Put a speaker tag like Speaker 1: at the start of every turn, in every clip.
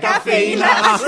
Speaker 1: cafeína.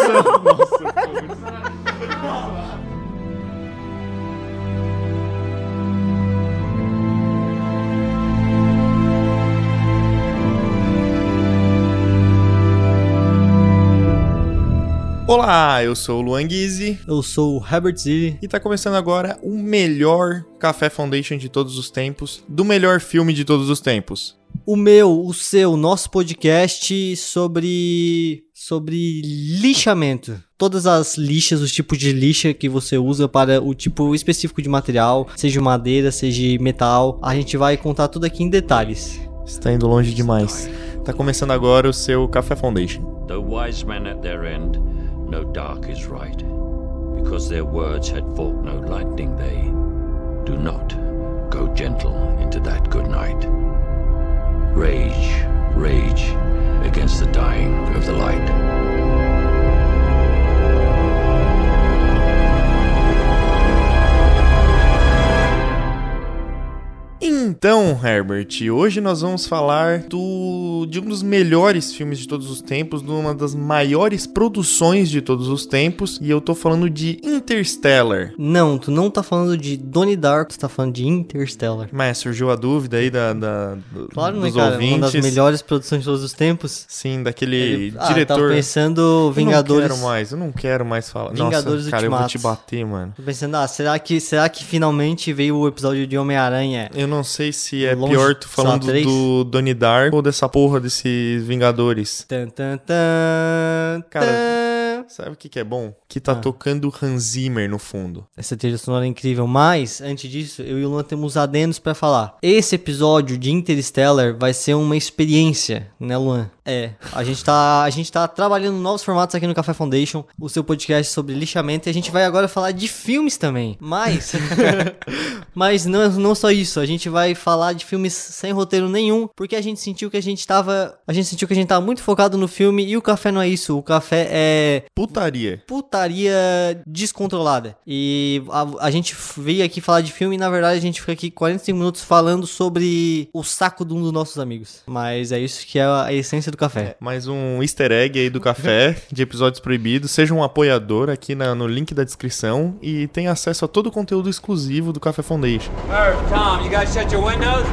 Speaker 2: Olá, eu sou o Luan Guizzi
Speaker 3: Eu sou o Herbert Z.
Speaker 2: e tá começando agora o melhor Café Foundation de todos os tempos, do melhor filme de todos os tempos.
Speaker 3: O meu, o seu, nosso podcast sobre. sobre lixamento. Todas as lixas, os tipos de lixa que você usa para o tipo específico de material, seja madeira, seja metal, a gente vai contar tudo aqui em detalhes.
Speaker 2: Está tá indo longe demais. Tá começando agora o seu Café Foundation.
Speaker 4: Though wise men at their end know dark is right, because their words had fought no lightning, they do not go gentle into that good night. Rage, rage against the dying of the light.
Speaker 2: Então, Herbert, hoje nós vamos falar do de um dos melhores filmes de todos os tempos, de uma das maiores produções de todos os tempos, e eu tô falando de Interstellar.
Speaker 3: Não, tu não tá falando de Donnie Dark, tu tá falando de Interstellar.
Speaker 2: Mas surgiu a dúvida aí da, da- do-
Speaker 3: Claro, né,
Speaker 2: dos
Speaker 3: cara?
Speaker 2: ouvintes.
Speaker 3: Uma das melhores produções de todos os tempos.
Speaker 2: Sim, daquele
Speaker 3: Ah, eu
Speaker 2: diretor.
Speaker 3: tava pensando Vingadores.
Speaker 2: Eu não quero mais, eu não quero mais falar.
Speaker 3: Vingadores
Speaker 2: Nossa, cara, eu vou te
Speaker 3: Ultimatos.
Speaker 2: bater, mano.
Speaker 3: Tô pensando, ah, será que, será que finalmente veio o episódio de Homem-Aranha?
Speaker 2: Eu não sei se é
Speaker 3: Longe,
Speaker 2: pior tu
Speaker 3: sei lá,
Speaker 2: falando
Speaker 3: três?
Speaker 2: do Donnie Darko ou dessa porra desses Vingadores.
Speaker 3: Tan, tan, tan,
Speaker 2: Cara,
Speaker 3: tan.
Speaker 2: Sabe o que, que é bom? Que tá tocando Hans Zimmer no fundo.
Speaker 3: Essa trilha sonora é incrível, mas antes disso, eu e o Luan temos adendos pra falar. Esse episódio de Interstellar vai ser uma experiência, né, Luan? É, a gente tá, a gente tá trabalhando novos formatos aqui no Café Foundation, o seu podcast sobre lixamento, e a gente vai agora falar de filmes também. Mas Mas não, não só isso, a gente vai falar de filmes sem roteiro nenhum, porque a gente sentiu que a gente tava, a gente sentiu que a gente tava muito focado no filme e o café não é isso, o café é
Speaker 2: Putaria.
Speaker 3: putaria descontrolada. E a, a gente veio aqui falar de filme e na verdade a gente fica aqui 45 minutos falando sobre o saco de um dos nossos amigos. Mas é isso que é a essência do café.
Speaker 2: Mais um easter egg aí do café, de episódios proibidos. Seja um apoiador aqui na- no link da descrição e tem acesso a todo o conteúdo exclusivo do Café Foundation.
Speaker 5: Merv, Tom, you guys shut your windows?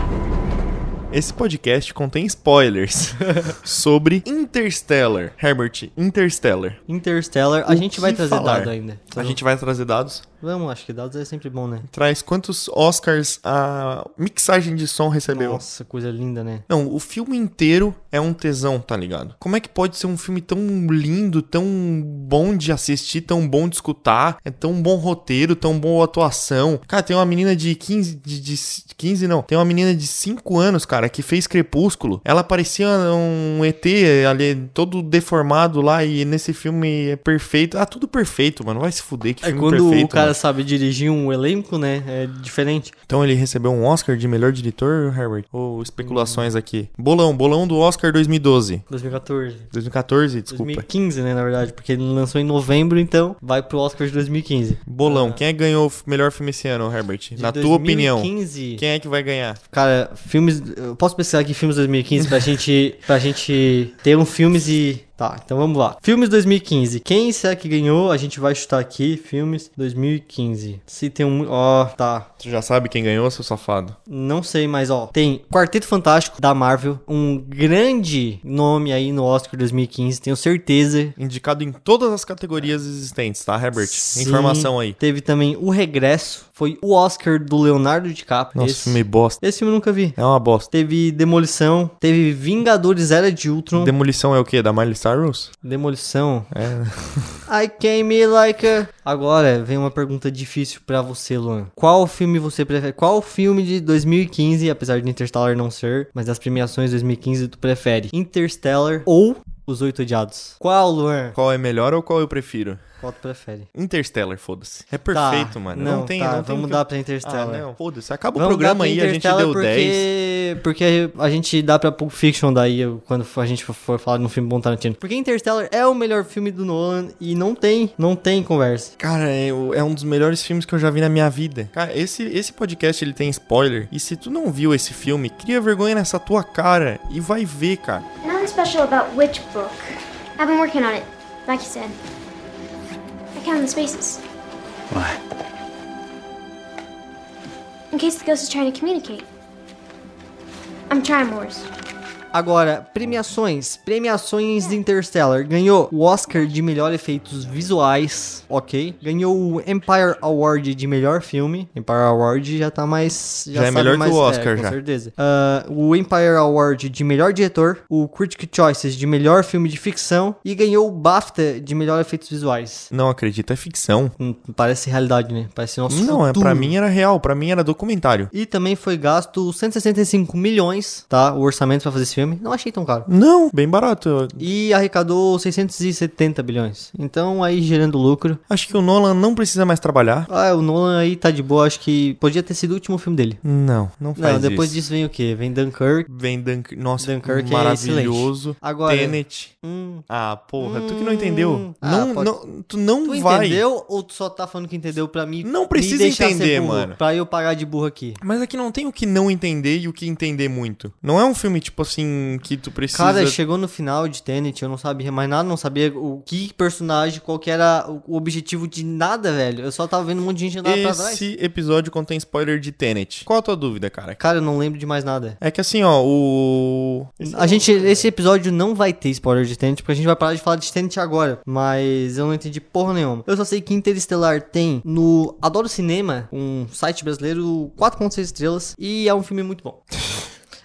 Speaker 2: Esse podcast contém spoilers sobre Interstellar. Herbert, Interstellar.
Speaker 3: Interstellar, a
Speaker 2: O
Speaker 3: gente vai
Speaker 2: que
Speaker 3: trazer
Speaker 2: falar?
Speaker 3: dado ainda. Então,
Speaker 2: A gente vai trazer dados.
Speaker 3: Vamos, acho que dados é sempre bom, né?
Speaker 2: Traz quantos Oscars a mixagem de som recebeu?
Speaker 3: Nossa, coisa linda, né?
Speaker 2: Não, o filme inteiro é um tesão, tá ligado? Como é que pode ser um filme tão lindo, tão bom de assistir, tão bom de escutar? É tão bom roteiro, tão boa atuação. Cara, tem uma menina de 15. De, de 15 não. Tem uma menina de 5 anos, cara, que fez Crepúsculo. Ela parecia um ET ali, todo deformado lá, e nesse filme é perfeito. Ah, tudo perfeito, mano. Vai se fuder, que
Speaker 3: É
Speaker 2: filme
Speaker 3: quando
Speaker 2: perfeito. né?
Speaker 3: o cara
Speaker 2: mano.
Speaker 3: sabe dirigir um elenco, né? É diferente.
Speaker 2: Então ele recebeu um Oscar de melhor diretor, Herbert? Ou
Speaker 3: Hum.
Speaker 2: especulações aqui? Bolão, bolão do Oscar 2012.
Speaker 3: 2014.
Speaker 2: 2014, desculpa.
Speaker 3: 2015, né, na verdade, porque ele lançou em novembro, então vai pro Oscar de 2015.
Speaker 2: Bolão, quem é que ganhou o f- melhor filme esse ano, Herbert?
Speaker 3: Ah. De
Speaker 2: Na tua opinião,
Speaker 3: 2015,
Speaker 2: quem é que vai ganhar?
Speaker 3: Cara, filmes. Eu posso pesquisar aqui filmes 2015 pra gente, pra gente ter um filmes e. Tá, então vamos lá. Filmes 2015. Quem será que ganhou? A gente vai chutar aqui. Filmes 2015. Se tem um. Ó, tá.
Speaker 2: Tu já sabe quem ganhou, seu safado.
Speaker 3: Não sei, mas ó. Tem Quarteto Fantástico da Marvel. Um grande nome aí no Oscar 2015. Tenho certeza.
Speaker 2: Indicado em todas as categorias existentes, tá, Herbert?
Speaker 3: Sim.
Speaker 2: Informação aí.
Speaker 3: Teve também O Regresso. Foi o Oscar do Leonardo DiCaprio.
Speaker 2: Nossa,
Speaker 3: esse,
Speaker 2: filme bosta.
Speaker 3: esse filme eu nunca vi.
Speaker 2: É uma bosta.
Speaker 3: Teve Demolição. Teve Vingadores Era de Ultron.
Speaker 2: Demolição é o quê? Da Miley Cyrus?
Speaker 3: Demolição.
Speaker 2: É.
Speaker 3: I came like a... Agora vem uma pergunta difícil pra você, Luan. Qual filme você prefere? Qual filme de 2015, apesar de Interstellar não ser, mas das premiações 2015 tu prefere? Interstellar ou Os Oito Odiados? Qual, Luan?
Speaker 2: Qual é melhor ou qual eu prefiro?
Speaker 3: Qual tu prefere?
Speaker 2: Interstellar, foda-se. É perfeito,
Speaker 3: Tá,
Speaker 2: mano.
Speaker 3: Não,
Speaker 2: Não, tem,
Speaker 3: tá,
Speaker 2: não tem
Speaker 3: vamos
Speaker 2: o que-
Speaker 3: dar pra
Speaker 2: Ah,
Speaker 3: Interstellar.
Speaker 2: não. Foda-se. Acaba o
Speaker 3: Vamos
Speaker 2: programa
Speaker 3: dar pra
Speaker 2: aí, a gente
Speaker 3: Interstellar
Speaker 2: deu 10.
Speaker 3: porque... Porque a gente dá pra Pulp Fiction daí, eu- quando a gente for falar de um filme bom Tarantino. Porque Interstellar é o melhor filme do Nolan e não tem, não tem conversa.
Speaker 2: Cara, é, o- é um dos melhores filmes que eu já vi na minha vida. Cara, esse, esse podcast ele tem spoiler. E se tu não viu esse filme, cria vergonha nessa tua cara e vai ver, cara.
Speaker 6: Nothing special about which book. I've been working on it.
Speaker 1: Like you said, I counted the spaces
Speaker 6: Why?
Speaker 1: in case the ghost is trying to communicate. I'm trying, Morris.
Speaker 3: Agora, premiações. Premiações de Interstellar. Ganhou o Oscar de melhor efeitos visuais, ok. Ganhou o Empire Award de melhor filme. Empire Award já tá mais...
Speaker 2: Já é
Speaker 3: sabe
Speaker 2: melhor que
Speaker 3: mais-
Speaker 2: o Oscar,
Speaker 3: é, com
Speaker 2: já.
Speaker 3: certeza. Ah, o Empire Award de melhor diretor. O Critic Choices de melhor filme de ficção. E ganhou o BAFTA de melhor efeitos visuais.
Speaker 2: Não acredito, é ficção.
Speaker 3: Hum, Parece realidade, né? Parece nosso
Speaker 2: Não, é
Speaker 3: futuro.
Speaker 2: para mim era real, pra mim era documentário.
Speaker 3: E também foi gasto 165 milhões, tá? O orçamento pra fazer esse filme. Não achei tão caro.
Speaker 2: Não, bem barato. eu-
Speaker 3: E arrecadou 670 bilhões. Então aí gerando lucro.
Speaker 2: Acho que o Nolan não precisa mais trabalhar.
Speaker 3: Ah, o Nolan aí tá de boa, acho que podia ter sido o último filme dele.
Speaker 2: Não, não faz
Speaker 3: Não, depois
Speaker 2: isso.
Speaker 3: disso vem o quê? Vem Dunkirk.
Speaker 2: Vem Dunk... Nossa,
Speaker 3: Dunkirk é
Speaker 2: maravilhoso.
Speaker 3: excelente. Agora-
Speaker 2: Tenet.
Speaker 3: Hum.
Speaker 2: Ah, porra, tu que não
Speaker 3: Hum.
Speaker 2: entendeu.
Speaker 3: Ah,
Speaker 2: não,
Speaker 3: pode-
Speaker 2: não, tu não
Speaker 3: Tu
Speaker 2: vai.
Speaker 3: entendeu ou tu só tá falando que entendeu pra mim?
Speaker 2: Não
Speaker 3: me
Speaker 2: precisa
Speaker 3: deixar ser
Speaker 2: entender,
Speaker 3: burro,
Speaker 2: mano.
Speaker 3: Pra eu parar de burro aqui.
Speaker 2: Mas aqui não tem o que não entender e o que entender muito. Não é um filme, tipo assim, que tu precisa.
Speaker 3: Cara, chegou no final de Tenet, eu não sabia mais nada, não sabia o que personagem, qual que era o objetivo de nada, velho. Eu só tava vendo um monte de gente andar pra trás.
Speaker 2: Esse episódio contém spoiler de Tenet. Qual a tua dúvida, cara?
Speaker 3: Cara, eu não lembro de mais nada.
Speaker 2: É que assim, ó, o.
Speaker 3: A gente, esse episódio não vai ter spoiler de Tenet, porque a gente vai parar de falar de Tenet agora. Mas eu não entendi porra nenhuma. Eu só sei que Interestelar tem no Adoro Cinema, um site brasileiro, 4.6 estrelas, e é um filme muito bom.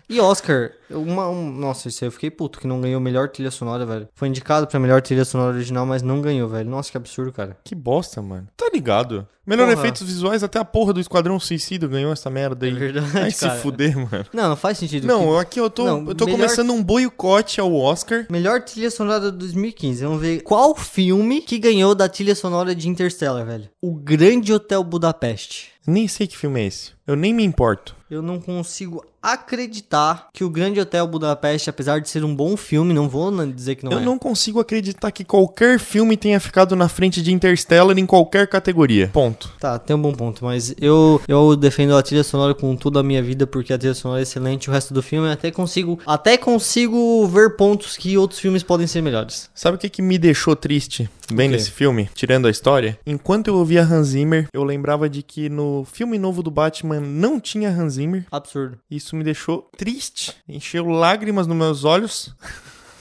Speaker 3: E Oscar, uma, um- nossa, isso aí eu fiquei puto que não ganhou melhor trilha sonora, velho. Foi indicado pra melhor trilha sonora original, mas não ganhou, velho. Nossa, que absurdo, cara.
Speaker 2: Que bosta, mano. Tá ligado? Melhor
Speaker 3: Porra.
Speaker 2: efeitos visuais, até a porra do Esquadrão Suicida ganhou essa merda aí.
Speaker 3: É verdade,
Speaker 2: Vai
Speaker 3: cara.
Speaker 2: se fuder, mano.
Speaker 3: Não, não faz sentido.
Speaker 2: Não,
Speaker 3: Que-
Speaker 2: eu aqui eu tô,
Speaker 3: Não,
Speaker 2: eu tô
Speaker 3: melhor-
Speaker 2: começando um boicote ao Oscar.
Speaker 3: Melhor trilha sonora de 2015. Vamos ver qual filme que ganhou da trilha sonora de Interstellar, velho. O Grande Hotel Budapeste.
Speaker 2: Nem sei que filme é esse. Eu nem me importo.
Speaker 3: Eu não consigo acreditar que o Grande Hotel Budapeste, apesar de ser um bom filme, não vou na- dizer que não
Speaker 2: eu
Speaker 3: é.
Speaker 2: não consigo acreditar que qualquer filme tenha ficado na frente de Interstellar em qualquer categoria. Ponto.
Speaker 3: Tá, tem um bom ponto, mas eu, eu defendo a trilha sonora com toda a minha vida, porque a trilha sonora é excelente, o resto do filme eu até consigo, até consigo ver pontos que outros filmes podem ser melhores.
Speaker 2: Sabe o que, que me deixou triste bem
Speaker 3: O quê?
Speaker 2: nesse filme? Tirando a história. Enquanto eu ouvia Hans Zimmer, eu lembrava de que no filme novo do Batman não tinha Hans Zimmer.
Speaker 3: Absurdo.
Speaker 2: Isso me deixou triste. Encheu lágrimas nos meus olhos.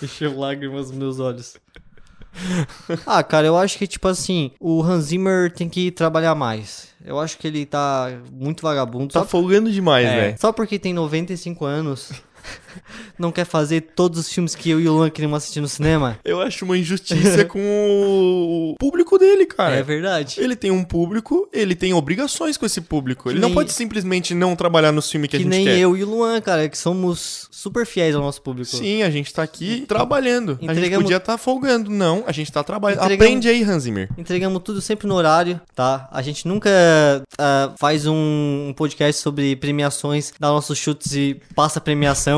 Speaker 3: Encheu lágrimas nos meus olhos. ah, cara, eu acho que, tipo assim, o Hans Zimmer tem que trabalhar mais. Eu acho que ele tá muito vagabundo.
Speaker 2: Tá né?
Speaker 3: só
Speaker 2: folgando demais,
Speaker 3: É,
Speaker 2: velho.
Speaker 3: Só porque tem 95 anos, não quer fazer todos os filmes que eu e o Luan queremos assistir no cinema?
Speaker 2: Eu acho uma injustiça com o público dele, cara.
Speaker 3: É verdade.
Speaker 2: Ele tem um público, ele tem obrigações com esse público. ele não
Speaker 3: nem-
Speaker 2: pode simplesmente não trabalhar no filme que,
Speaker 3: Que
Speaker 2: a gente
Speaker 3: nem
Speaker 2: quer.
Speaker 3: eu e o Luan, cara, que somos super fiéis ao nosso público.
Speaker 2: Sim, a gente tá aqui trabalhando. A gente
Speaker 3: Entregamos-
Speaker 2: podia estar folgando. Não, a gente tá trabalhando.
Speaker 3: Entregamos-
Speaker 2: Aprende aí, Hans Zimmer.
Speaker 3: Entregamos tudo sempre no horário, tá? A gente nunca ah, faz um, um podcast sobre premiações, dá nossos chutes e passa premiação.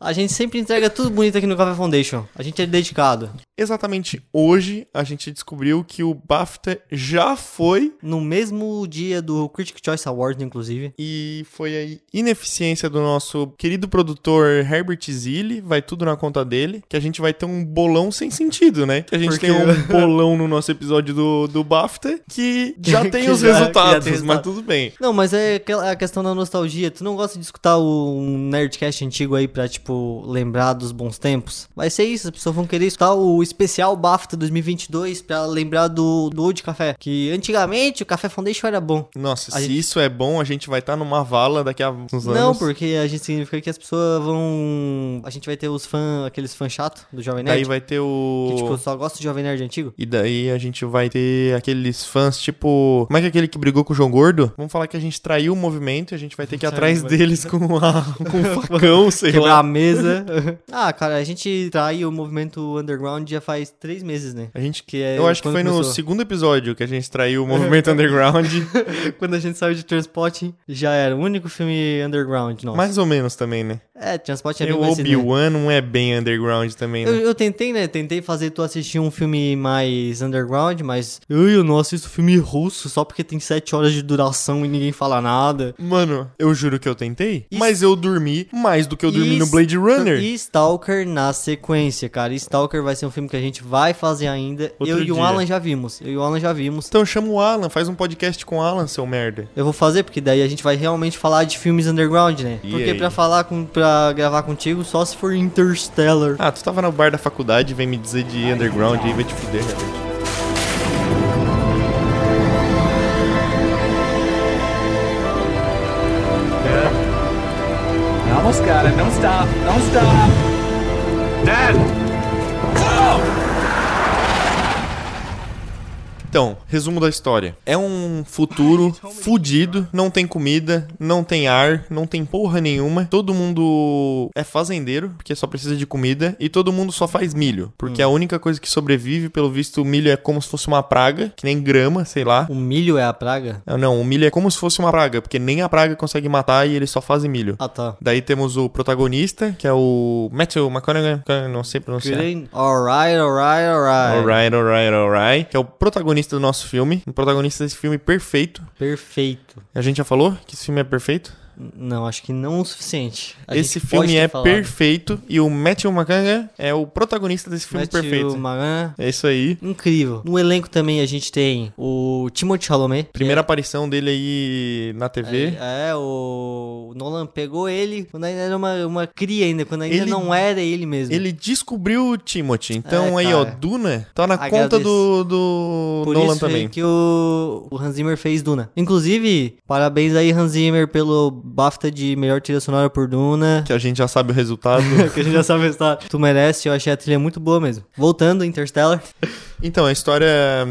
Speaker 3: A gente sempre entrega tudo bonito aqui no Café Foundation. A gente é dedicado.
Speaker 2: Exatamente hoje a gente descobriu que o BAFTA já foi
Speaker 3: No mesmo dia do Critic Choice Awards, inclusive.
Speaker 2: e foi a ineficiência do nosso querido produtor Herbert Zilli, vai tudo na conta dele, que a gente vai ter um bolão sem sentido, né? Que a gente
Speaker 3: Porque-
Speaker 2: tem um bolão no nosso episódio do, do BAFTA que já tem
Speaker 3: Que
Speaker 2: os
Speaker 3: já- que já tem
Speaker 2: resultados, mas
Speaker 3: resultado.
Speaker 2: tudo bem.
Speaker 3: Não, mas é aquela- a questão da nostalgia. Tu não gosta de escutar o, um Nerdcast antigo aí pra, tipo, lembrar dos bons tempos? Vai ser isso, as pessoas vão querer escutar o especial BAFTA 2022 pra lembrar do, do Old Café. Que antigamente o Café Foundation era bom.
Speaker 2: Nossa,
Speaker 3: A
Speaker 2: se
Speaker 3: gente-
Speaker 2: isso é bom, a gente vai estar numa vala daqui a uns
Speaker 3: Não,
Speaker 2: anos.
Speaker 3: porque a gente significa que as pessoas vão... A gente vai ter os fãs, aqueles fãs chato do Jovem Nerd.
Speaker 2: Daí vai ter o...
Speaker 3: né, Que, tipo, só gosta de Jovem Nerd antigo.
Speaker 2: E daí a gente vai ter aqueles fãs, tipo. Como é que é aquele que brigou com o João Gordo? Vamos falar que a gente traiu o movimento e a gente vai ter que ir atrás deles com, a, com um facão, sei
Speaker 3: Quebrar
Speaker 2: lá.
Speaker 3: a mesa. ah, cara, a gente traiu o movimento underground já faz três meses, né?
Speaker 2: A gente
Speaker 3: Que é
Speaker 2: Eu acho que
Speaker 3: quando
Speaker 2: foi no
Speaker 3: começou.
Speaker 2: segundo episódio que a gente traiu o movimento underground.
Speaker 3: Quando a gente saiu de Transporte, já era o único filme underground nosso.
Speaker 2: Mais ou menos também, né?
Speaker 3: É, Transpot é bem
Speaker 2: o
Speaker 3: conhecido, né?
Speaker 2: Obi-Wan não é bem underground também, né?
Speaker 3: Eu, eu tentei, né? Tentei fazer tu assistir um filme mais underground, mas. Ai, eu não assisto filme russo só porque tem 7 horas de duração e ninguém fala nada.
Speaker 2: Mano, eu juro que eu tentei, mas eu dormi mais do que eu dormi no Blade Runner.
Speaker 3: E Stalker na sequência, cara. Stalker vai ser um filme que a gente vai fazer ainda.
Speaker 2: Outro
Speaker 3: eu e o
Speaker 2: dia.
Speaker 3: Alan já vimos. Eu e o Alan já vimos.
Speaker 2: Então chama o Alan, faz um podcast com o Alan, seu merda.
Speaker 3: Eu vou fazer, porque daí a gente vai realmente falar de filmes underground, né?
Speaker 2: E
Speaker 3: porque
Speaker 2: aí?
Speaker 3: pra falar com. pra gravar contigo, só se for Interstellar.
Speaker 2: Ah, tu tava no bar da faculdade, vem me dizer de underground aí, vai te fuder, Herbert.
Speaker 5: You almost got it. Don't stop. Don't stop. Dad! Whoa!
Speaker 2: Então, resumo da história. É um futuro fudido, não tem comida, não tem ar, não tem porra nenhuma. Todo mundo é fazendeiro, porque só precisa de comida, e todo mundo só faz milho. Porque a única coisa que sobrevive, pelo visto, o milho é como se fosse uma praga, que nem grama, sei lá.
Speaker 3: O milho é a praga?
Speaker 2: Ah, Não, o milho é como se fosse uma praga, porque nem a praga consegue matar e eles só fazem milho.
Speaker 3: Ah, tá.
Speaker 2: Daí temos o protagonista, que é o Matthew McConaughey, que eu não sei pronunciar.
Speaker 3: Green. Alright, alright, alright.
Speaker 2: é. Alright, alright, alright. Que é o protagonista do nosso filme. O protagonista desse filme perfeito.
Speaker 3: Perfeito.
Speaker 2: A gente já falou que esse filme é perfeito?
Speaker 3: N- Não, acho que não o suficiente. A
Speaker 2: esse
Speaker 3: gente
Speaker 2: filme
Speaker 3: pode ter
Speaker 2: é
Speaker 3: falado.
Speaker 2: perfeito e o Matthew McConaughey é o protagonista desse filme
Speaker 3: Matthew
Speaker 2: perfeito.
Speaker 3: Magan,
Speaker 2: É isso aí.
Speaker 3: Incrível. No elenco também a gente tem o Timothée Chalamet.
Speaker 2: Primeira aparição dele aí na TV.
Speaker 3: É, é, o Nolan pegou ele quando ainda era uma, uma cria ainda, quando ainda
Speaker 2: Ele-
Speaker 3: não era ele mesmo.
Speaker 2: Ele descobriu o Timothy. Então
Speaker 3: É,
Speaker 2: aí, ó,
Speaker 3: cara.
Speaker 2: Duna tá na
Speaker 3: Agradeço.
Speaker 2: conta do, do
Speaker 3: Por
Speaker 2: Nolan
Speaker 3: isso
Speaker 2: também.
Speaker 3: é que o, o Hans Zimmer fez Duna. Inclusive, parabéns aí Hans Zimmer pelo BAFTA de melhor trilha sonora por Duna.
Speaker 2: Que a gente já sabe o resultado.
Speaker 3: Que a gente já sabe a história. Tu merece, eu achei a trilha muito boa mesmo. Voltando, Interstellar.
Speaker 2: Então, a história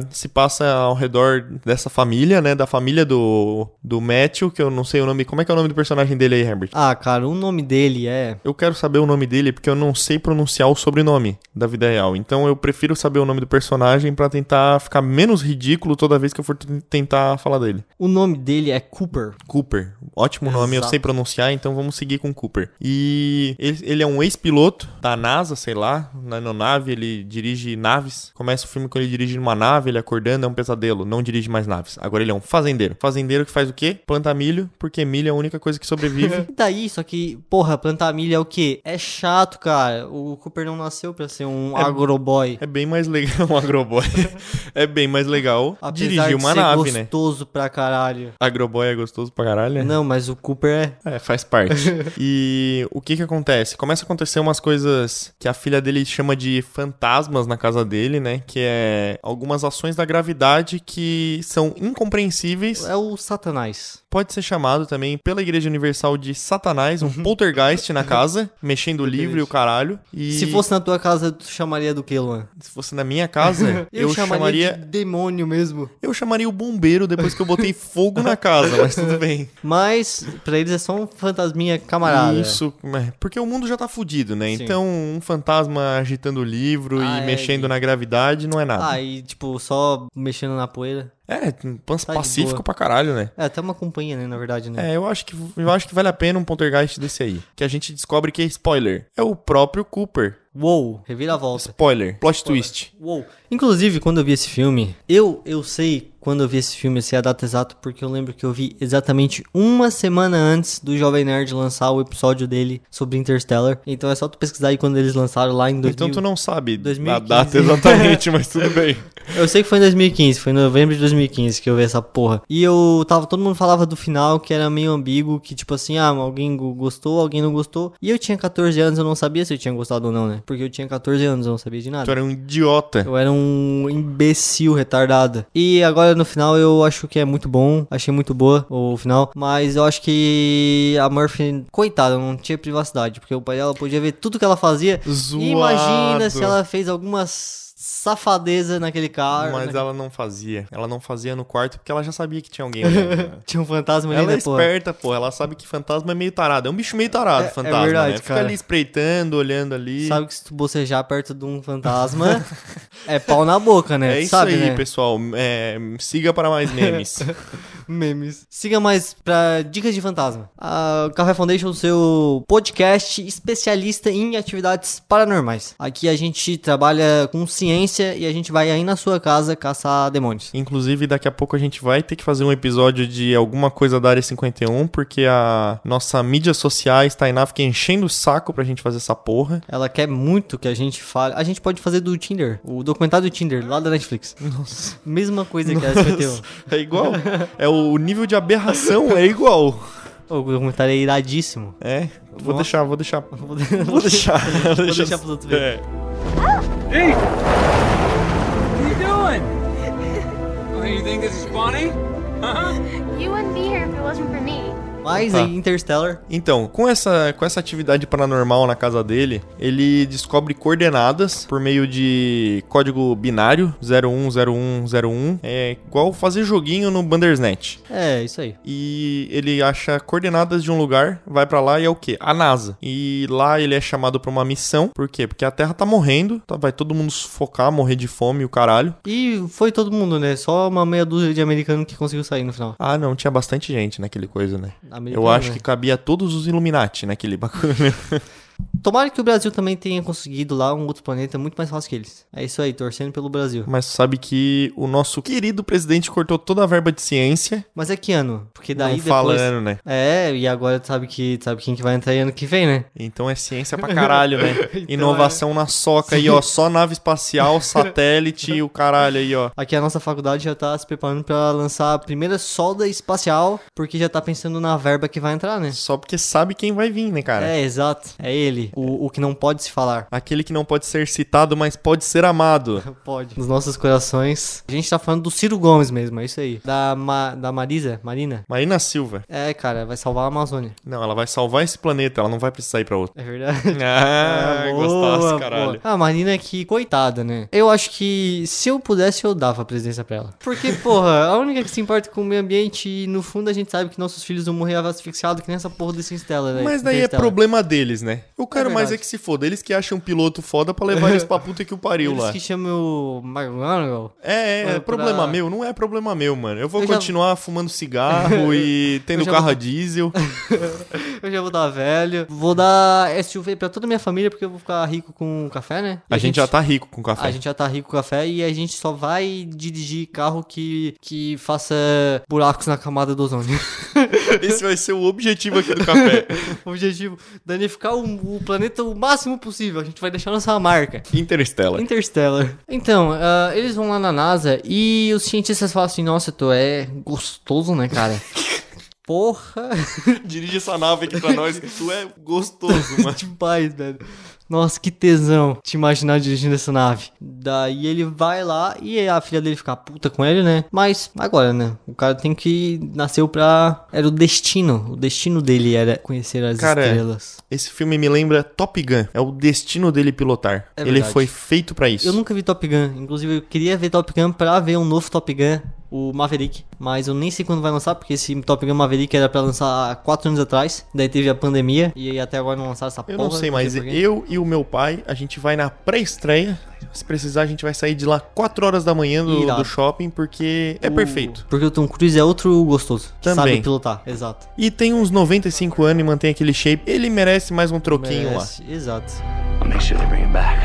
Speaker 2: se passa ao redor dessa família, né? Da família do, do Matthew, que eu não sei o nome. Como é que é o nome do personagem dele aí, Herbert?
Speaker 3: Ah, cara, o nome dele é.
Speaker 2: Eu quero saber o nome dele porque eu não sei pronunciar o sobrenome da vida real. Então eu prefiro saber o nome do personagem pra tentar ficar menos ridículo toda vez que eu for t- tentar falar dele.
Speaker 3: O nome dele é Cooper.
Speaker 2: Cooper. Ótimo nome, eu
Speaker 3: Exato.
Speaker 2: sei pronunciar, então vamos seguir com Cooper. E ele, ele é um ex-piloto da NASA, sei lá, na aeronave, ele dirige naves. Começa o filme quando ele dirige numa nave, ele acordando, é um pesadelo, não dirige mais naves. Agora ele é um fazendeiro. Fazendeiro que faz o quê? Planta milho, porque milho é a única coisa que sobrevive.
Speaker 3: E daí, só que, porra, plantar milho é o quê? É chato, cara. O Cooper não nasceu pra ser um agroboy.
Speaker 2: É bem mais legal um agroboy. é bem mais legal
Speaker 3: Apesar
Speaker 2: dirigir
Speaker 3: de
Speaker 2: uma
Speaker 3: ser
Speaker 2: nave, né?
Speaker 3: gostoso pra caralho.
Speaker 2: Agroboy é gostoso pra caralho, né?
Speaker 3: Não, mas o Cooper é...
Speaker 2: É, faz parte. e o que que acontece? Começa a acontecer umas coisas que a filha dele chama de fantasmas na casa dele, né? Que é algumas ações da gravidade que são incompreensíveis.
Speaker 3: É o Satanás.
Speaker 2: Pode ser chamado também pela Igreja Universal de Satanás,
Speaker 3: Uhum.
Speaker 2: um poltergeist na casa, mexendo o livro e o caralho. E
Speaker 3: Se fosse na tua casa, tu chamaria do que, Luan?
Speaker 2: se fosse na minha casa, eu, chamaria
Speaker 3: de demônio mesmo.
Speaker 2: Eu chamaria o bombeiro depois que eu botei fogo na casa, mas tudo bem.
Speaker 3: Mas, pra eles é só um fantasminha camarada.
Speaker 2: Isso, é, porque o mundo já tá fudido, né?
Speaker 3: Sim.
Speaker 2: Então, um fantasma agitando o livro
Speaker 3: Ah,
Speaker 2: e
Speaker 3: é,
Speaker 2: mexendo
Speaker 3: e-
Speaker 2: na gravidade não é nada.
Speaker 3: Ah, e tipo, só mexendo na poeira.
Speaker 2: é, pans-
Speaker 3: tá de
Speaker 2: pacífico
Speaker 3: boa.
Speaker 2: pra caralho, né?
Speaker 3: É, até uma companhia, né, na verdade, né?
Speaker 2: É, eu acho, que, eu acho que vale a pena um poltergeist desse aí. Que a gente descobre que, spoiler, é o próprio Cooper.
Speaker 3: Uou, revira a volta.
Speaker 2: Spoiler, plot twist.
Speaker 3: Uou. Inclusive, quando eu vi esse filme, eu eu sei quando eu vi esse filme, eu sei a data exata, porque eu lembro que eu vi exatamente uma semana antes do Jovem Nerd lançar o episódio dele sobre Interstellar. Então é só tu pesquisar aí quando eles lançaram lá em 2000.
Speaker 2: Então tu não sabe
Speaker 3: 2015.
Speaker 2: a data exatamente, mas tudo bem.
Speaker 3: Eu sei que foi em 2015, foi em novembro de 2015 que eu vi essa porra. E eu tava, todo mundo falava do final que era meio ambíguo, que tipo assim, ah, alguém go- gostou, alguém não gostou. E eu tinha 14 anos, eu não sabia se eu tinha gostado ou não, né? Porque eu tinha 14 anos, eu não sabia de nada.
Speaker 2: Tu era um idiota.
Speaker 3: Eu era um imbecil retardado. E agora no final eu acho que é muito bom. Achei muito boa o final. Mas eu acho que a Murphy, coitada, não tinha privacidade. Porque o pai dela podia ver tudo que ela fazia.
Speaker 2: Zoado.
Speaker 3: Imagina se ela fez algumas safadeza naquele carro.
Speaker 2: Mas
Speaker 3: né?
Speaker 2: ela não fazia. Ela não fazia no quarto porque ela já sabia que tinha alguém olhando.
Speaker 3: Tinha um fantasma ali,
Speaker 2: Ela é
Speaker 3: né, porra?
Speaker 2: esperta, pô. Ela sabe que fantasma é meio tarado. É um bicho meio tarado,
Speaker 3: É- é
Speaker 2: fantasma,
Speaker 3: verdade,
Speaker 2: né? Fica
Speaker 3: cara.
Speaker 2: ali espreitando, olhando ali.
Speaker 3: Sabe que se tu bocejar perto de um fantasma, É pau na boca, né?
Speaker 2: É isso
Speaker 3: Sabe,
Speaker 2: aí,
Speaker 3: né?
Speaker 2: pessoal. É, siga para mais memes.
Speaker 3: Memes. Siga mais pra dicas de fantasma. A Café Foundation, seu podcast especialista em atividades paranormais. Aqui a gente trabalha com ciência e a gente vai aí na sua casa caçar demônios.
Speaker 2: Inclusive, daqui a pouco a gente vai ter que fazer um episódio de alguma coisa da Área 51, porque a nossa mídia sociais, Tainá, fica enchendo o saco pra gente fazer essa porra.
Speaker 3: Ela quer muito que a gente fale. A gente pode fazer do Tinder, o documentário do Tinder, lá da Netflix. Nossa. Mesma coisa que a SBTU.
Speaker 2: É igual. É o nível de aberração, é igual.
Speaker 3: O documentário é iradíssimo.
Speaker 2: É. Vou
Speaker 3: Nossa.
Speaker 2: deixar, vou deixar.
Speaker 3: Vou deixar,
Speaker 2: Vou deixar.
Speaker 3: vou deixar pros outros verem.
Speaker 2: É.
Speaker 5: What are you doing? Oh, you think this is funny?
Speaker 1: You wouldn't be here if it wasn't for me.
Speaker 3: Mas
Speaker 2: Tá.
Speaker 3: aí, Interstellar.
Speaker 2: Então, com essa, com essa atividade paranormal na casa dele, ele descobre coordenadas por meio de código binário 010101. É igual fazer joguinho no Bandersnet.
Speaker 3: É, isso aí.
Speaker 2: E ele acha coordenadas de um lugar, vai pra lá e é o quê? A NASA. E lá ele é chamado pra uma missão. Por quê? Porque a Terra tá morrendo, tá- vai todo mundo sufocar, morrer de fome e o caralho.
Speaker 3: E foi todo mundo, né? Só uma meia dúzia de americano que conseguiu sair no final.
Speaker 2: Ah, não, tinha bastante gente naquele coisa, né?
Speaker 3: Americano,
Speaker 2: Eu acho
Speaker 3: né?
Speaker 2: que cabia todos os Illuminati naquele bagulho.
Speaker 3: Tomara que o Brasil também tenha conseguido lá um outro planeta muito mais fácil que eles. É isso aí, torcendo pelo Brasil.
Speaker 2: Mas sabe que o nosso querido presidente cortou toda a verba de ciência.
Speaker 3: Mas é que ano? Porque
Speaker 2: não
Speaker 3: daí depois.
Speaker 2: falando, né?
Speaker 3: É, e agora tu sabe que tu sabe quem que vai entrar aí ano que vem, né?
Speaker 2: Então é ciência pra caralho, né?
Speaker 3: Então é.
Speaker 2: Inovação na soca aí, ó. Só nave espacial, satélite e o caralho aí, ó.
Speaker 3: Aqui a nossa faculdade já tá se preparando pra lançar a primeira solda espacial, porque já tá pensando na verba que vai entrar, né?
Speaker 2: Só porque sabe quem vai vir, né, cara?
Speaker 3: É, exato. É ele. O, o que não pode se falar.
Speaker 2: Aquele que não pode ser citado, mas pode ser amado.
Speaker 3: Pode. Nos nossos corações. A gente tá falando do Ciro Gomes mesmo, é isso aí. Da, Ma- da Marisa? Marina?
Speaker 2: Marina Silva.
Speaker 3: É, cara, vai salvar a Amazônia.
Speaker 2: Não, ela vai salvar esse planeta, ela não vai precisar ir pra outro.
Speaker 3: É verdade.
Speaker 2: Ah,
Speaker 3: boa,
Speaker 2: gostasse,
Speaker 3: boa.
Speaker 2: caralho.
Speaker 3: Ah, A Marina que, coitada, né? Eu acho que se eu pudesse, eu dava a presidência pra ela. Porque, porra, a única que se importa com o meio ambiente e no fundo a gente sabe que nossos filhos vão morrer asfixiados que nem essa porra desse Stella, né?
Speaker 2: Mas daí é
Speaker 3: Interstellar.
Speaker 2: problema deles, né? Eu quero mais
Speaker 3: verdade.
Speaker 2: é que se foda. Eles que acham um piloto foda pra levar eles pra puta que o pariu
Speaker 3: Eles
Speaker 2: lá.
Speaker 3: que chamam o McGonagall.
Speaker 2: É, é,
Speaker 3: Pra-
Speaker 2: é problema
Speaker 3: pra-
Speaker 2: meu, não é problema meu, mano. Eu vou
Speaker 3: Eu já-
Speaker 2: continuar fumando cigarro e tendo
Speaker 3: Eu já
Speaker 2: carro
Speaker 3: vou-
Speaker 2: a diesel.
Speaker 3: Eu já vou dar velho. Vou dar SUV pra toda a minha família porque eu vou ficar rico com café, né? E
Speaker 2: A gente já tá rico com café.
Speaker 3: A gente já tá rico com café e a gente só vai dirigir carro que, que faça buracos na camada do ozônio.
Speaker 2: Esse vai ser o objetivo aqui do café.
Speaker 3: o objetivo danificar o, o planeta o máximo possível. A gente vai deixar nossa marca.
Speaker 2: Interstellar.
Speaker 3: Interstellar. Então, ah, eles vão lá na NASA e os cientistas falam assim: Nossa, tu é gostoso, né, cara? Porra.
Speaker 2: Dirige essa nave aqui pra nós, que tu é gostoso, mano.
Speaker 3: demais, velho. Nossa, que tesão te imaginar dirigindo essa nave. Daí ele vai lá e a filha dele fica puta com ele, né? Mas agora, né? O cara tem que. Nasceu pra. Era o destino. O destino dele era conhecer as
Speaker 2: Cara,
Speaker 3: estrelas.
Speaker 2: Esse filme me lembra Top Gun. É o destino dele pilotar.
Speaker 3: É
Speaker 2: Ele
Speaker 3: verdade.
Speaker 2: foi feito pra isso.
Speaker 3: Eu nunca vi Top Gun. Inclusive, eu queria ver Top Gun pra ver um novo Top Gun, o Maverick. Mas eu nem sei quando vai lançar, porque esse Top Gun Maverick era pra lançar há 4 anos atrás. Daí teve a pandemia. E aí até agora não lançaram essa
Speaker 2: Eu
Speaker 3: porra.
Speaker 2: não sei, mas
Speaker 3: por quê.
Speaker 2: eu e o meu pai, a gente vai na pré-estreia. Se precisar, a gente vai sair de lá 4 horas da manhã do,
Speaker 3: Irado.
Speaker 2: do shopping, porque é
Speaker 3: O-
Speaker 2: perfeito.
Speaker 3: Porque o Tom Cruise é outro gostoso. Que
Speaker 2: Também.
Speaker 3: Sabe pilotar, exato.
Speaker 2: E tem uns 95 anos e mantém aquele shape. Ele merece mais um troquinho lá.
Speaker 3: Merece, Exato.
Speaker 6: I'll make sure they bring it back.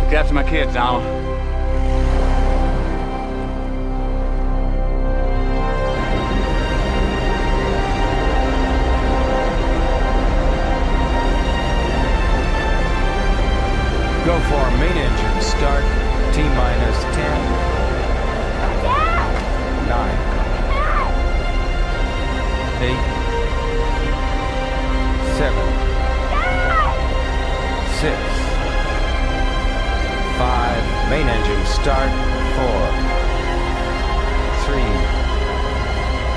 Speaker 5: Look after my kids, Donald. Go for a main engine start. T minus 10. 9. 8. 7. 6. 5. Main engine start.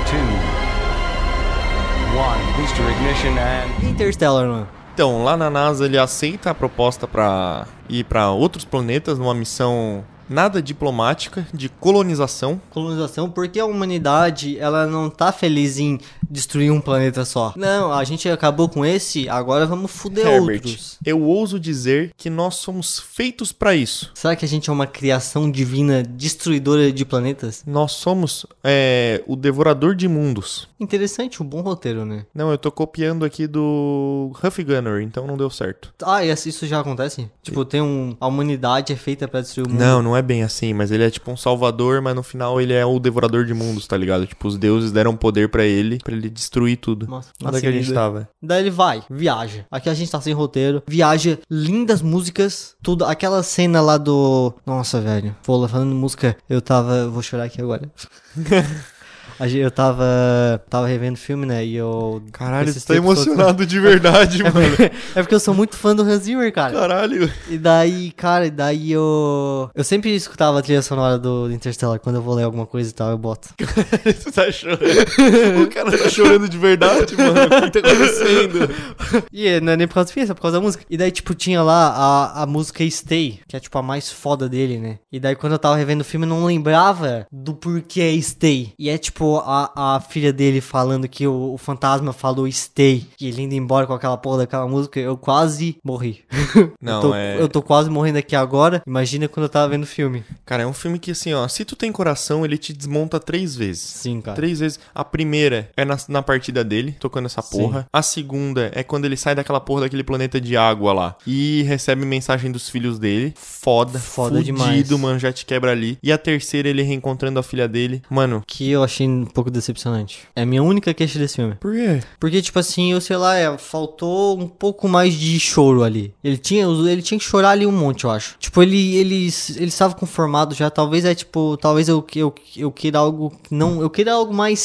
Speaker 5: 4. 3. 2. 1. Booster ignition and.
Speaker 3: Interstellar, mano.
Speaker 2: Então, lá na NASA ele aceita a proposta pra ir pra outros planetas numa missão nada diplomática de colonização.
Speaker 3: Colonização, porque a humanidade, ela não tá feliz em destruir um planeta só. Não, a gente acabou com esse, agora vamos fuder
Speaker 2: Herbert,
Speaker 3: outros.
Speaker 2: eu ouso dizer que nós somos feitos pra isso.
Speaker 3: Será que a gente é uma criação divina destruidora de planetas?
Speaker 2: Nós somos é, o devorador de mundos.
Speaker 3: Interessante, um bom roteiro, né?
Speaker 2: Não, eu tô copiando aqui do Huff Gunner, então não deu certo.
Speaker 3: Ah, e isso já acontece? Tipo, tem um. A humanidade é feita pra destruir o mundo.
Speaker 2: Não, não é bem assim, mas ele é tipo um salvador, mas no final ele é o devorador de mundos, tá ligado? Tipo, os deuses deram poder pra ele, pra ele destruir tudo.
Speaker 3: Nossa,
Speaker 2: Onde é que a gente
Speaker 3: seguida.
Speaker 2: tava?
Speaker 3: Daí ele vai, viaja. Aqui a gente tá sem roteiro. Viaja, lindas músicas, tudo. Aquela cena lá do. Nossa, velho. Pô, falando em música, eu tava. eu Vou chorar aqui agora. A gente- Eu tava. Tava revendo filme, né? E eu.
Speaker 2: Caralho,
Speaker 3: esses
Speaker 2: tu tá
Speaker 3: tempos todos-
Speaker 2: emocionado de verdade, mano.
Speaker 3: É porque eu sou muito fã do Hans Zimmer, cara.
Speaker 2: Caralho.
Speaker 3: E daí, cara, e daí eu. Eu sempre escutava a trilha sonora do do Interstellar quando eu vou ler alguma coisa e tal, eu boto.
Speaker 2: Tu tá chorando. O cara tá chorando de verdade, mano.
Speaker 3: tá acontecendo? e é, não é nem por causa do filme, é só por causa da música. E daí, tipo, tinha lá a, a música Stay, que é, tipo, a mais foda dele, né? E daí, quando eu tava revendo o filme, eu não lembrava do porquê é Stay. E é, tipo, a, a filha dele falando que o, o fantasma falou Stay. E ele indo embora com aquela porra daquela música, eu quase morri.
Speaker 2: Não,
Speaker 3: eu tô,
Speaker 2: é-
Speaker 3: Eu tô quase morrendo aqui agora. Imagina quando eu tava vendo o filme.
Speaker 2: Cara, é um filme que, assim, ó, se tu tem coração, ele te desmonta três vezes.
Speaker 3: Sim, cara.
Speaker 2: Três vezes. A primeira é na, na partida dele, tocando essa
Speaker 3: Sim.
Speaker 2: porra. A segunda é quando ele sai daquela porra daquele planeta de água lá e recebe mensagem dos filhos dele. Foda,
Speaker 3: Foda
Speaker 2: fudido,
Speaker 3: demais.
Speaker 2: mano, já te quebra ali. E a terceira, ele reencontrando a filha dele. Mano,
Speaker 3: Que eu achei um pouco decepcionante. É a minha única queixa desse filme.
Speaker 2: por quê?
Speaker 3: Porque, tipo assim, eu sei lá, é, faltou um pouco mais de choro ali. Ele tinha, ele tinha que chorar ali um monte, eu acho. Tipo, ele, ele, ele estava conformado já. Talvez é tipo, talvez eu, eu, eu queira algo que não. Eu queira algo mais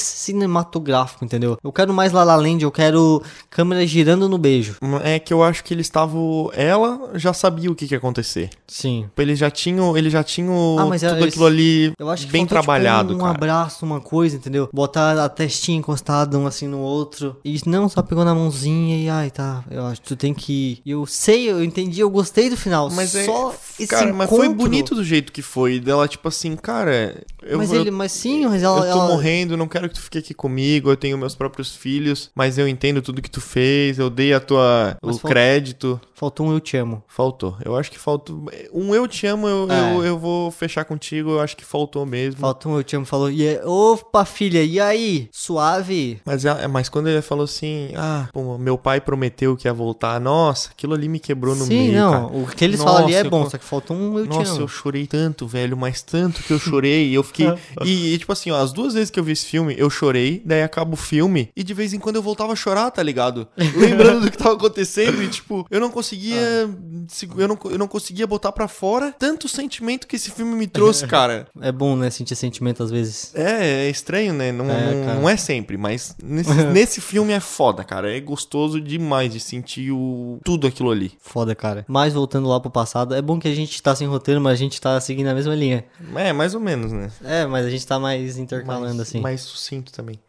Speaker 3: cinematográfico, entendeu? Eu quero mais La La Land, eu quero câmera girando no beijo.
Speaker 2: É que eu acho que eles estavam. Ela já sabia o que, que ia acontecer.
Speaker 3: Sim.
Speaker 2: Eles já tinham, eles já tinham
Speaker 3: Ah, mas
Speaker 2: tudo
Speaker 3: eles-
Speaker 2: aquilo ali
Speaker 3: Eu acho que
Speaker 2: bem
Speaker 3: faltou, tipo,
Speaker 2: trabalhado,
Speaker 3: um
Speaker 2: cara.
Speaker 3: abraço, uma coisa, entendeu? Botar a testinha encostada um assim no outro. E não, só pegou na mãozinha e ai, tá. Eu acho que tu tem que. Eu sei, eu entendi, eu gostei do final.
Speaker 2: Mas é.
Speaker 3: só esse
Speaker 2: cara, mas foi
Speaker 3: encontro.
Speaker 2: bonito do jeito que foi. Dela, tipo assim, cara. Eu,
Speaker 3: mas
Speaker 2: eu-
Speaker 3: ele, mas sim, mas ela.
Speaker 2: eu tô
Speaker 3: ela-
Speaker 2: morrendo, não quero que tu fique aqui comigo, eu tenho meus próprios filhos, mas eu entendo tudo que tu fez, eu dei a tua
Speaker 3: Mas
Speaker 2: o
Speaker 3: falta-
Speaker 2: crédito.
Speaker 3: Faltou um eu te amo.
Speaker 2: Faltou. Eu acho que faltou. Um eu te amo, eu,
Speaker 3: É.
Speaker 2: eu, eu vou fechar contigo, eu acho que faltou mesmo.
Speaker 3: Faltou um eu te amo. Falou, e é, opa, filha, e aí? Suave?
Speaker 2: Mas, é- mas quando ele falou assim, ah, pô, meu pai prometeu que ia voltar, nossa, aquilo ali me quebrou no
Speaker 3: sim,
Speaker 2: meio.
Speaker 3: não.
Speaker 2: cara.
Speaker 3: O que eles
Speaker 2: Nossa,
Speaker 3: falam ali é
Speaker 2: eu
Speaker 3: bom,
Speaker 2: co-
Speaker 3: só que faltou um eu te
Speaker 2: Nossa,
Speaker 3: amo.
Speaker 2: eu chorei tanto, velho, mas tanto que eu chorei. Eu fiquei. e, e, tipo assim, ó, as duas vezes que eu vi esse filme, eu chorei, daí acaba o filme, e de vez em quando eu voltava a chorar, tá ligado? Lembrando do que tava acontecendo, e tipo, eu não conseguia.
Speaker 3: Ah.
Speaker 2: se- Eu não, co- eu não conseguia botar pra fora tanto sentimento que esse filme me trouxe, cara.
Speaker 3: É bom, né? Sentir sentimento às vezes.
Speaker 2: É, é estranho, né? Não
Speaker 3: É,
Speaker 2: não-
Speaker 3: cara.
Speaker 2: não é sempre, mas nesse, nesse filme é foda, cara. É gostoso demais de sentir o, tudo aquilo ali.
Speaker 3: Foda, cara. Mas voltando lá pro passado, é bom que a gente tá sem roteiro, mas a gente tá seguindo a mesma linha.
Speaker 2: É, mais ou menos, né?
Speaker 3: É, mas a gente tá mais intercalando
Speaker 2: mais,
Speaker 3: assim.
Speaker 2: mais sucinto também.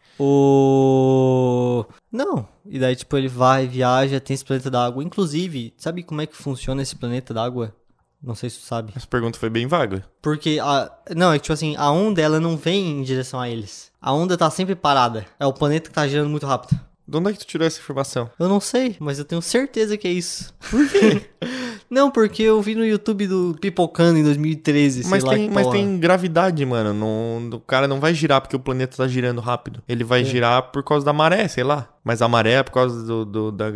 Speaker 3: O. Não. E daí, tipo, ele vai, viaja, tem esse planeta d'água. Inclusive, sabe como é que funciona esse planeta d'água? Não sei se tu sabe.
Speaker 2: Essa pergunta foi bem vaga.
Speaker 3: Porque a. Não, é que tipo assim, a onda ela não vem em direção a eles. A onda tá sempre parada. É o planeta que tá girando muito rápido.
Speaker 2: De onde é que tu tirou essa informação?
Speaker 3: Eu não sei, mas eu tenho certeza que é isso. Por quê? não, porque eu vi no YouTube do Pipocando em 2013.
Speaker 2: mas,
Speaker 3: sei lá
Speaker 2: tem,
Speaker 3: que
Speaker 2: mas
Speaker 3: porra.
Speaker 2: tem gravidade, mano. Não, o cara não vai girar porque o planeta tá girando rápido. Ele vai girar por causa da maré, sei lá. Mas a maré é por causa do, do- da,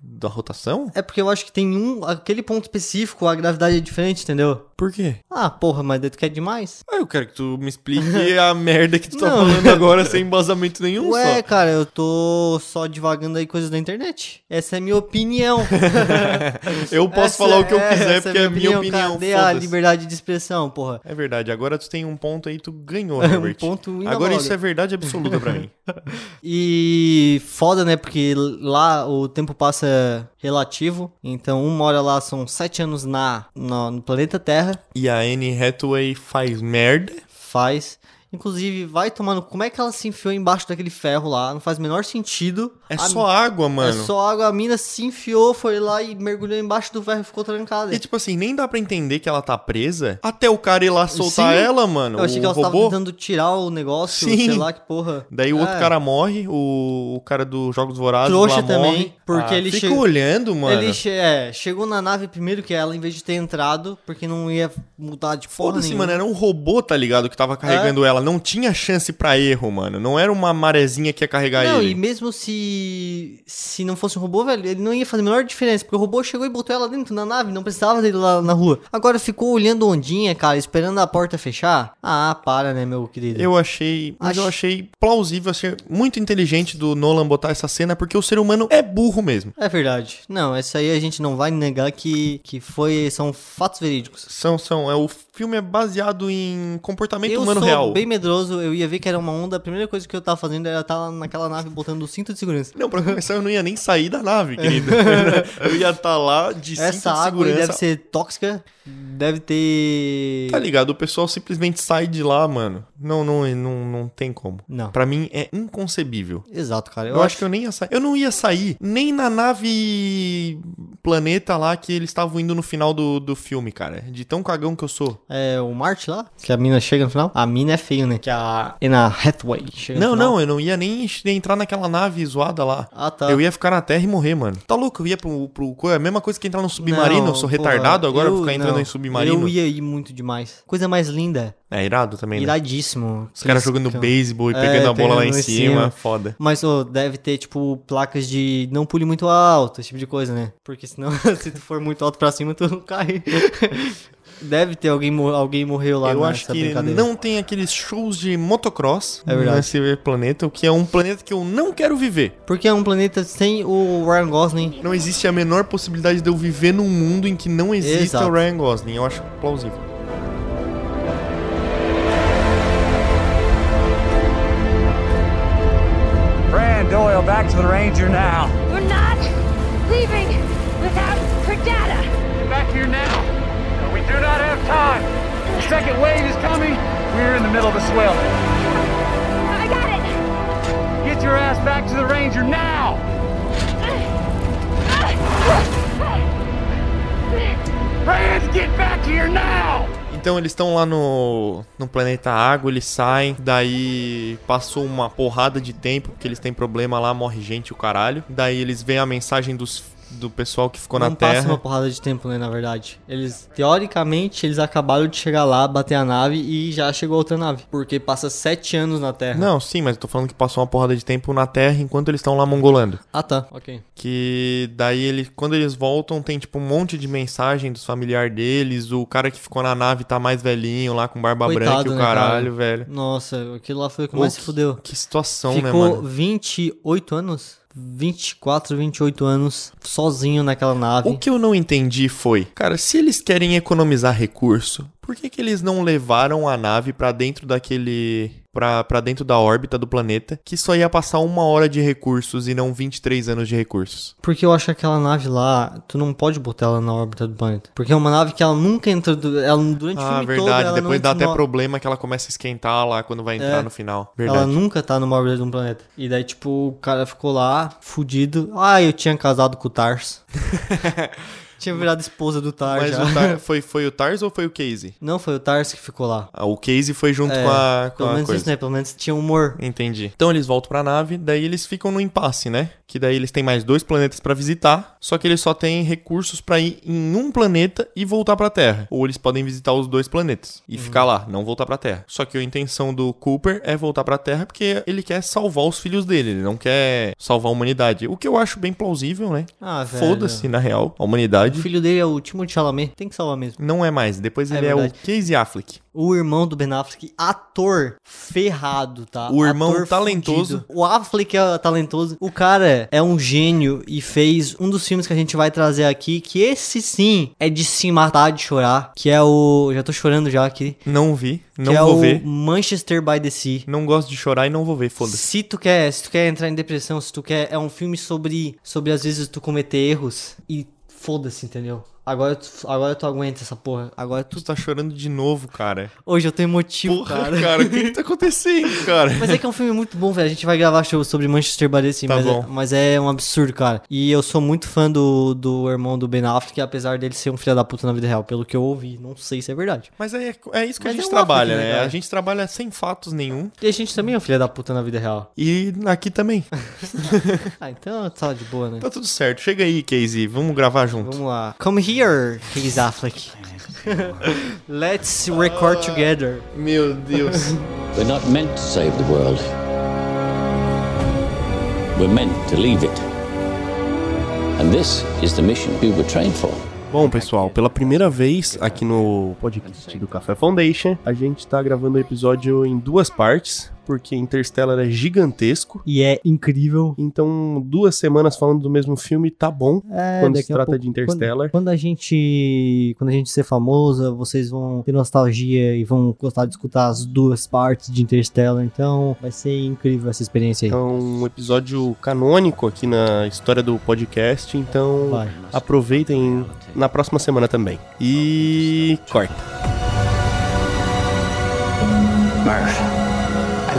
Speaker 2: da rotação?
Speaker 3: É porque eu acho que tem um. Aquele ponto específico, a gravidade é diferente, entendeu?
Speaker 2: Por quê?
Speaker 3: Ah, porra, mas daí tu quer demais?
Speaker 2: Ah, eu quero que tu me explique a merda que tu tá
Speaker 3: Não.
Speaker 2: falando agora sem embasamento nenhum
Speaker 3: Ué,
Speaker 2: um só.
Speaker 3: cara, eu tô só divagando aí coisas da internet. Essa é a minha opinião.
Speaker 2: Eu posso
Speaker 3: Essa
Speaker 2: falar o que eu
Speaker 3: é-
Speaker 2: quiser
Speaker 3: essa
Speaker 2: porque é a minha opinião.
Speaker 3: Cadê a
Speaker 2: foda-se.
Speaker 3: liberdade de expressão, porra?
Speaker 2: É verdade, agora tu tem um ponto aí, tu ganhou,
Speaker 3: É, um
Speaker 2: Herbert.
Speaker 3: ponto
Speaker 2: agora
Speaker 3: inabalável.
Speaker 2: isso é verdade absoluta pra mim.
Speaker 3: E foda, né? Porque lá o tempo passa relativo. Então, uma hora lá são sete anos na, na- no planeta Terra.
Speaker 2: E a Anne Hathaway faz merda.
Speaker 3: Faz. Inclusive, vai tomando. Como é que ela se enfiou embaixo daquele ferro lá? Não faz o menor sentido.
Speaker 2: É
Speaker 3: A-
Speaker 2: só água, mano.
Speaker 3: É só água, a mina se enfiou, foi lá e mergulhou embaixo do ferro e ficou trancada.
Speaker 2: E tipo assim, nem dá pra entender que ela tá presa até o cara ir lá soltar
Speaker 3: Sim.
Speaker 2: ela, mano.
Speaker 3: Eu achei
Speaker 2: o
Speaker 3: que ela tava
Speaker 2: robô.
Speaker 3: tentando tirar o negócio,
Speaker 2: Sim.
Speaker 3: sei lá que porra.
Speaker 2: Daí o outro
Speaker 3: É.
Speaker 2: cara morre, o, o cara dos Jogos Vorazes
Speaker 3: Trouxa
Speaker 2: lá
Speaker 3: também,
Speaker 2: morre. Ah,
Speaker 3: porque ele
Speaker 2: Fica
Speaker 3: chega-
Speaker 2: olhando, mano.
Speaker 3: Ele che- é, chegou na nave primeiro que ela, em vez de ter entrado, porque não ia mudar de porra
Speaker 2: Foda-se,
Speaker 3: nenhuma.
Speaker 2: mano, era um robô, tá ligado, que
Speaker 3: É.
Speaker 2: tava carregando ela. Não tinha chance pra erro, mano. Não era uma marezinha que ia carregar
Speaker 3: não, e
Speaker 2: ele.
Speaker 3: mesmo se se não fosse um robô, velho, ele não ia fazer a menor diferença, porque o robô chegou e botou ela dentro da nave, não precisava dele lá na rua. Agora ficou olhando ondinha, cara, esperando a porta fechar. Ah, para, né, meu querido.
Speaker 2: Eu achei. Mas eu
Speaker 3: Ach-
Speaker 2: achei plausível, achei muito inteligente do Nolan botar essa cena, porque o ser humano é burro mesmo.
Speaker 3: É verdade. Não, essa aí a gente não vai negar que, que foi são fatos verídicos.
Speaker 2: São, são. É, o filme é baseado em comportamento
Speaker 3: eu
Speaker 2: humano
Speaker 3: sou
Speaker 2: real.
Speaker 3: bem medroso, eu ia ver que era uma onda, a primeira coisa que eu tava fazendo era estar lá naquela nave botando o cinto de segurança.
Speaker 2: Não, pra começar, eu não ia nem sair da nave, querido. eu ia estar lá de cinto
Speaker 3: Essa
Speaker 2: de
Speaker 3: água aí
Speaker 2: segurança.
Speaker 3: deve ser tóxica, deve ter...
Speaker 2: Tá ligado? O pessoal simplesmente sai de lá, mano. Não, não, não, não tem como.
Speaker 3: Não.
Speaker 2: Pra mim é inconcebível.
Speaker 3: Exato, cara.
Speaker 2: Eu, acho que eu nem ia sair. Eu não ia sair nem na nave planeta lá que eles estavam indo no final do, do filme, cara. De tão cagão que eu sou.
Speaker 3: É o Marte lá? Que a mina chega no final? A mina é feio, né? Que a Anna Hathaway chega
Speaker 2: Não,
Speaker 3: no final.
Speaker 2: não, é eu não ia nem ch- entrar naquela nave zoada lá.
Speaker 3: Ah, tá.
Speaker 2: Eu ia ficar na Terra e morrer, mano. Tá louco? Eu ia pro. pro co- é a mesma coisa que entrar num submarino. eu sou
Speaker 3: porra,
Speaker 2: retardado agora, eu
Speaker 3: eu
Speaker 2: vou ficar entrando
Speaker 3: não.
Speaker 2: em submarino.
Speaker 3: Eu ia ir muito demais. Coisa mais linda.
Speaker 2: É irado também, né?
Speaker 3: Iradíssimo. É,
Speaker 2: Os caras jogando beisebol e pegando a bola lá em cima. Foda.
Speaker 3: Mas ô, deve ter, tipo, placas de não pule muito alto, esse tipo de coisa, né? Porque senão, se tu for muito alto pra cima, tu cai. deve ter alguém, mo- alguém morreu lá
Speaker 2: eu
Speaker 3: nessa
Speaker 2: acho que
Speaker 3: brincadeira.
Speaker 2: não tem aqueles shows de motocross
Speaker 3: É verdade.
Speaker 2: nesse planeta, o que é um planeta que eu não quero viver.
Speaker 3: Porque é um planeta sem o Ryan Gosling
Speaker 2: Não existe a menor possibilidade de eu viver num mundo em que não exista
Speaker 3: Exato.
Speaker 2: o Ryan Gosling. Eu acho plausível.
Speaker 5: Brand Doyle, back to the Ranger now.
Speaker 7: We're not leaving without her data.
Speaker 5: Get back here now. We do not have time. The second wave is coming. We're in the middle of a swell.
Speaker 7: I got it.
Speaker 5: Get your ass back to the Ranger now. Brand, get back here now.
Speaker 2: Então eles estão lá no, no planeta água, eles saem, daí passou uma porrada de tempo, porque eles têm problema lá, morre gente o caralho. Daí eles veem a mensagem dos, do pessoal que ficou
Speaker 3: não
Speaker 2: na
Speaker 3: passa
Speaker 2: Terra.
Speaker 3: uma porrada de tempo, né, na verdade. Eles, teoricamente, eles acabaram de chegar lá, bater a nave e já chegou outra nave. Porque passa sete anos na Terra.
Speaker 2: Não, sim, mas eu tô falando que passou uma porrada de tempo na Terra enquanto eles estão lá mongolando.
Speaker 3: Ah, tá. Ok.
Speaker 2: Que daí ele, quando eles voltam, tem tipo um monte de mensagem dos familiares deles. O cara que ficou na nave tá mais velhinho lá com barba branca e o
Speaker 3: né, cara?
Speaker 2: caralho, velho.
Speaker 3: Nossa, aquilo lá foi o que
Speaker 2: Pô,
Speaker 3: mais se
Speaker 2: que-
Speaker 3: fudeu.
Speaker 2: Que situação, né,
Speaker 3: Ficou
Speaker 2: mano?
Speaker 3: 28 anos? 24, 28 anos sozinho naquela nave.
Speaker 2: O que eu não entendi foi, cara, se eles querem economizar recurso, por que, que eles não levaram a nave pra dentro daquele. Pra, pra dentro da órbita do planeta, que só ia passar uma hora de recursos e não 23 anos de recursos?
Speaker 3: Porque eu acho que aquela nave lá, tu não pode botar ela na órbita do planeta. Porque é uma nave que ela nunca entrou. du- Ela, durante o
Speaker 2: Ah,
Speaker 3: filme todo,
Speaker 2: verdade.
Speaker 3: ela não
Speaker 2: Depois dá até
Speaker 3: entra no-
Speaker 2: problema que ela começa a esquentar lá quando vai entrar
Speaker 3: É.
Speaker 2: no final. Verdade.
Speaker 3: Ela nunca tá numa órbita de um planeta. E daí, tipo, o cara ficou lá, fudido. Ah, eu tinha casado com o Tars. tinha virado esposa do Tars
Speaker 2: Mas
Speaker 3: já.
Speaker 2: o um Tar- foi, foi o Tars ou foi o Casey?
Speaker 3: Não, foi o Tars que ficou lá.
Speaker 2: Ah, o Casey foi junto
Speaker 3: É,
Speaker 2: com a, com
Speaker 3: Pelo
Speaker 2: a
Speaker 3: menos
Speaker 2: coisa.
Speaker 3: isso, né? Pelo menos tinha humor.
Speaker 2: Entendi. Então eles voltam pra nave, daí eles ficam no impasse, né? Que daí eles têm mais dois planetas pra visitar, só que eles só têm recursos pra ir em um planeta e voltar pra Terra. Ou eles podem visitar os dois planetas
Speaker 3: Uhum.
Speaker 2: e ficar lá, não voltar pra Terra. Só que a intenção do Cooper é voltar pra Terra porque ele quer salvar os filhos dele, ele não quer salvar a humanidade. O que eu acho bem plausível, né?
Speaker 3: Ah, velho.
Speaker 2: Foda-se, na real, a
Speaker 3: O
Speaker 2: humanidade.
Speaker 3: filho dele é o Timothée Chalamet. Tem que salvar mesmo.
Speaker 2: Não é mais. Depois
Speaker 3: É
Speaker 2: ele é o
Speaker 3: verdade.
Speaker 2: Casey Affleck.
Speaker 3: O irmão do Ben Affleck, ator ferrado, tá?
Speaker 2: O irmão
Speaker 3: Ator
Speaker 2: talentoso.
Speaker 3: fudido. O Affleck é talentoso. O cara é um gênio e fez um dos filmes que a gente vai trazer aqui, que esse sim é de se matar de chorar, que é o... Já tô chorando já aqui.
Speaker 2: Não vi, não
Speaker 3: que é
Speaker 2: vou
Speaker 3: o
Speaker 2: ver.
Speaker 3: Manchester by the Sea.
Speaker 2: Não gosto de chorar e não vou ver, foda-se.
Speaker 3: Se tu quer, se tu quer entrar em depressão, se tu quer, é um filme sobre sobre às vezes tu cometer erros e foda-se, entendeu? Agora tu, agora tu aguenta essa porra. Agora tu.
Speaker 2: Tu tá chorando de novo, cara.
Speaker 3: Hoje eu tô emotivo,
Speaker 2: Porra, cara,
Speaker 3: cara.
Speaker 2: o que que tá acontecendo, cara?
Speaker 3: Mas é que é um filme muito bom, velho. A gente vai gravar show sobre Manchester by the Sea,
Speaker 2: Tá
Speaker 3: mas,
Speaker 2: bom.
Speaker 3: É, mas é um absurdo, cara. E eu sou muito fã do, do irmão do Ben Affleck, apesar dele ser um filho da puta na vida real, pelo que eu ouvi. Não sei se é verdade.
Speaker 2: Mas é, é isso que
Speaker 3: Mas
Speaker 2: a gente
Speaker 3: é um
Speaker 2: trabalha,
Speaker 3: Affleck, né,
Speaker 2: né?
Speaker 3: cara?
Speaker 2: A gente trabalha sem fatos nenhum.
Speaker 3: E a gente também é um filho da puta na vida real.
Speaker 2: E aqui também.
Speaker 3: Ah, então tá de boa, né?
Speaker 2: Tá tudo certo. Chega aí, Casey. Vamos gravar junto.
Speaker 3: Vamos lá. Come here, Riz Affleck. Let's record together.
Speaker 2: Meu Deus.
Speaker 4: We're not meant to save the world. We're meant to leave it. And this is the mission we were trained for.
Speaker 8: Bom, pessoal, pela primeira vez aqui no podcast do Café Foundation, a gente tá gravando o episódio em duas partes, porque Interstellar é gigantesco.
Speaker 3: E é incrível.
Speaker 8: Então, duas semanas falando do mesmo filme tá bom
Speaker 3: É,
Speaker 8: quando
Speaker 3: daqui
Speaker 8: se
Speaker 3: a
Speaker 8: trata
Speaker 3: pouco-
Speaker 8: de Interstellar.
Speaker 3: Quando, quando a gente. Quando a gente ser famosa, vocês vão ter nostalgia e vão gostar de escutar as duas partes de Interstellar. Então vai ser incrível essa experiência aí.
Speaker 8: É um episódio canônico aqui na história do podcast, então
Speaker 3: Vai.
Speaker 8: aproveitem na próxima semana também. E corta.
Speaker 6: Murph, I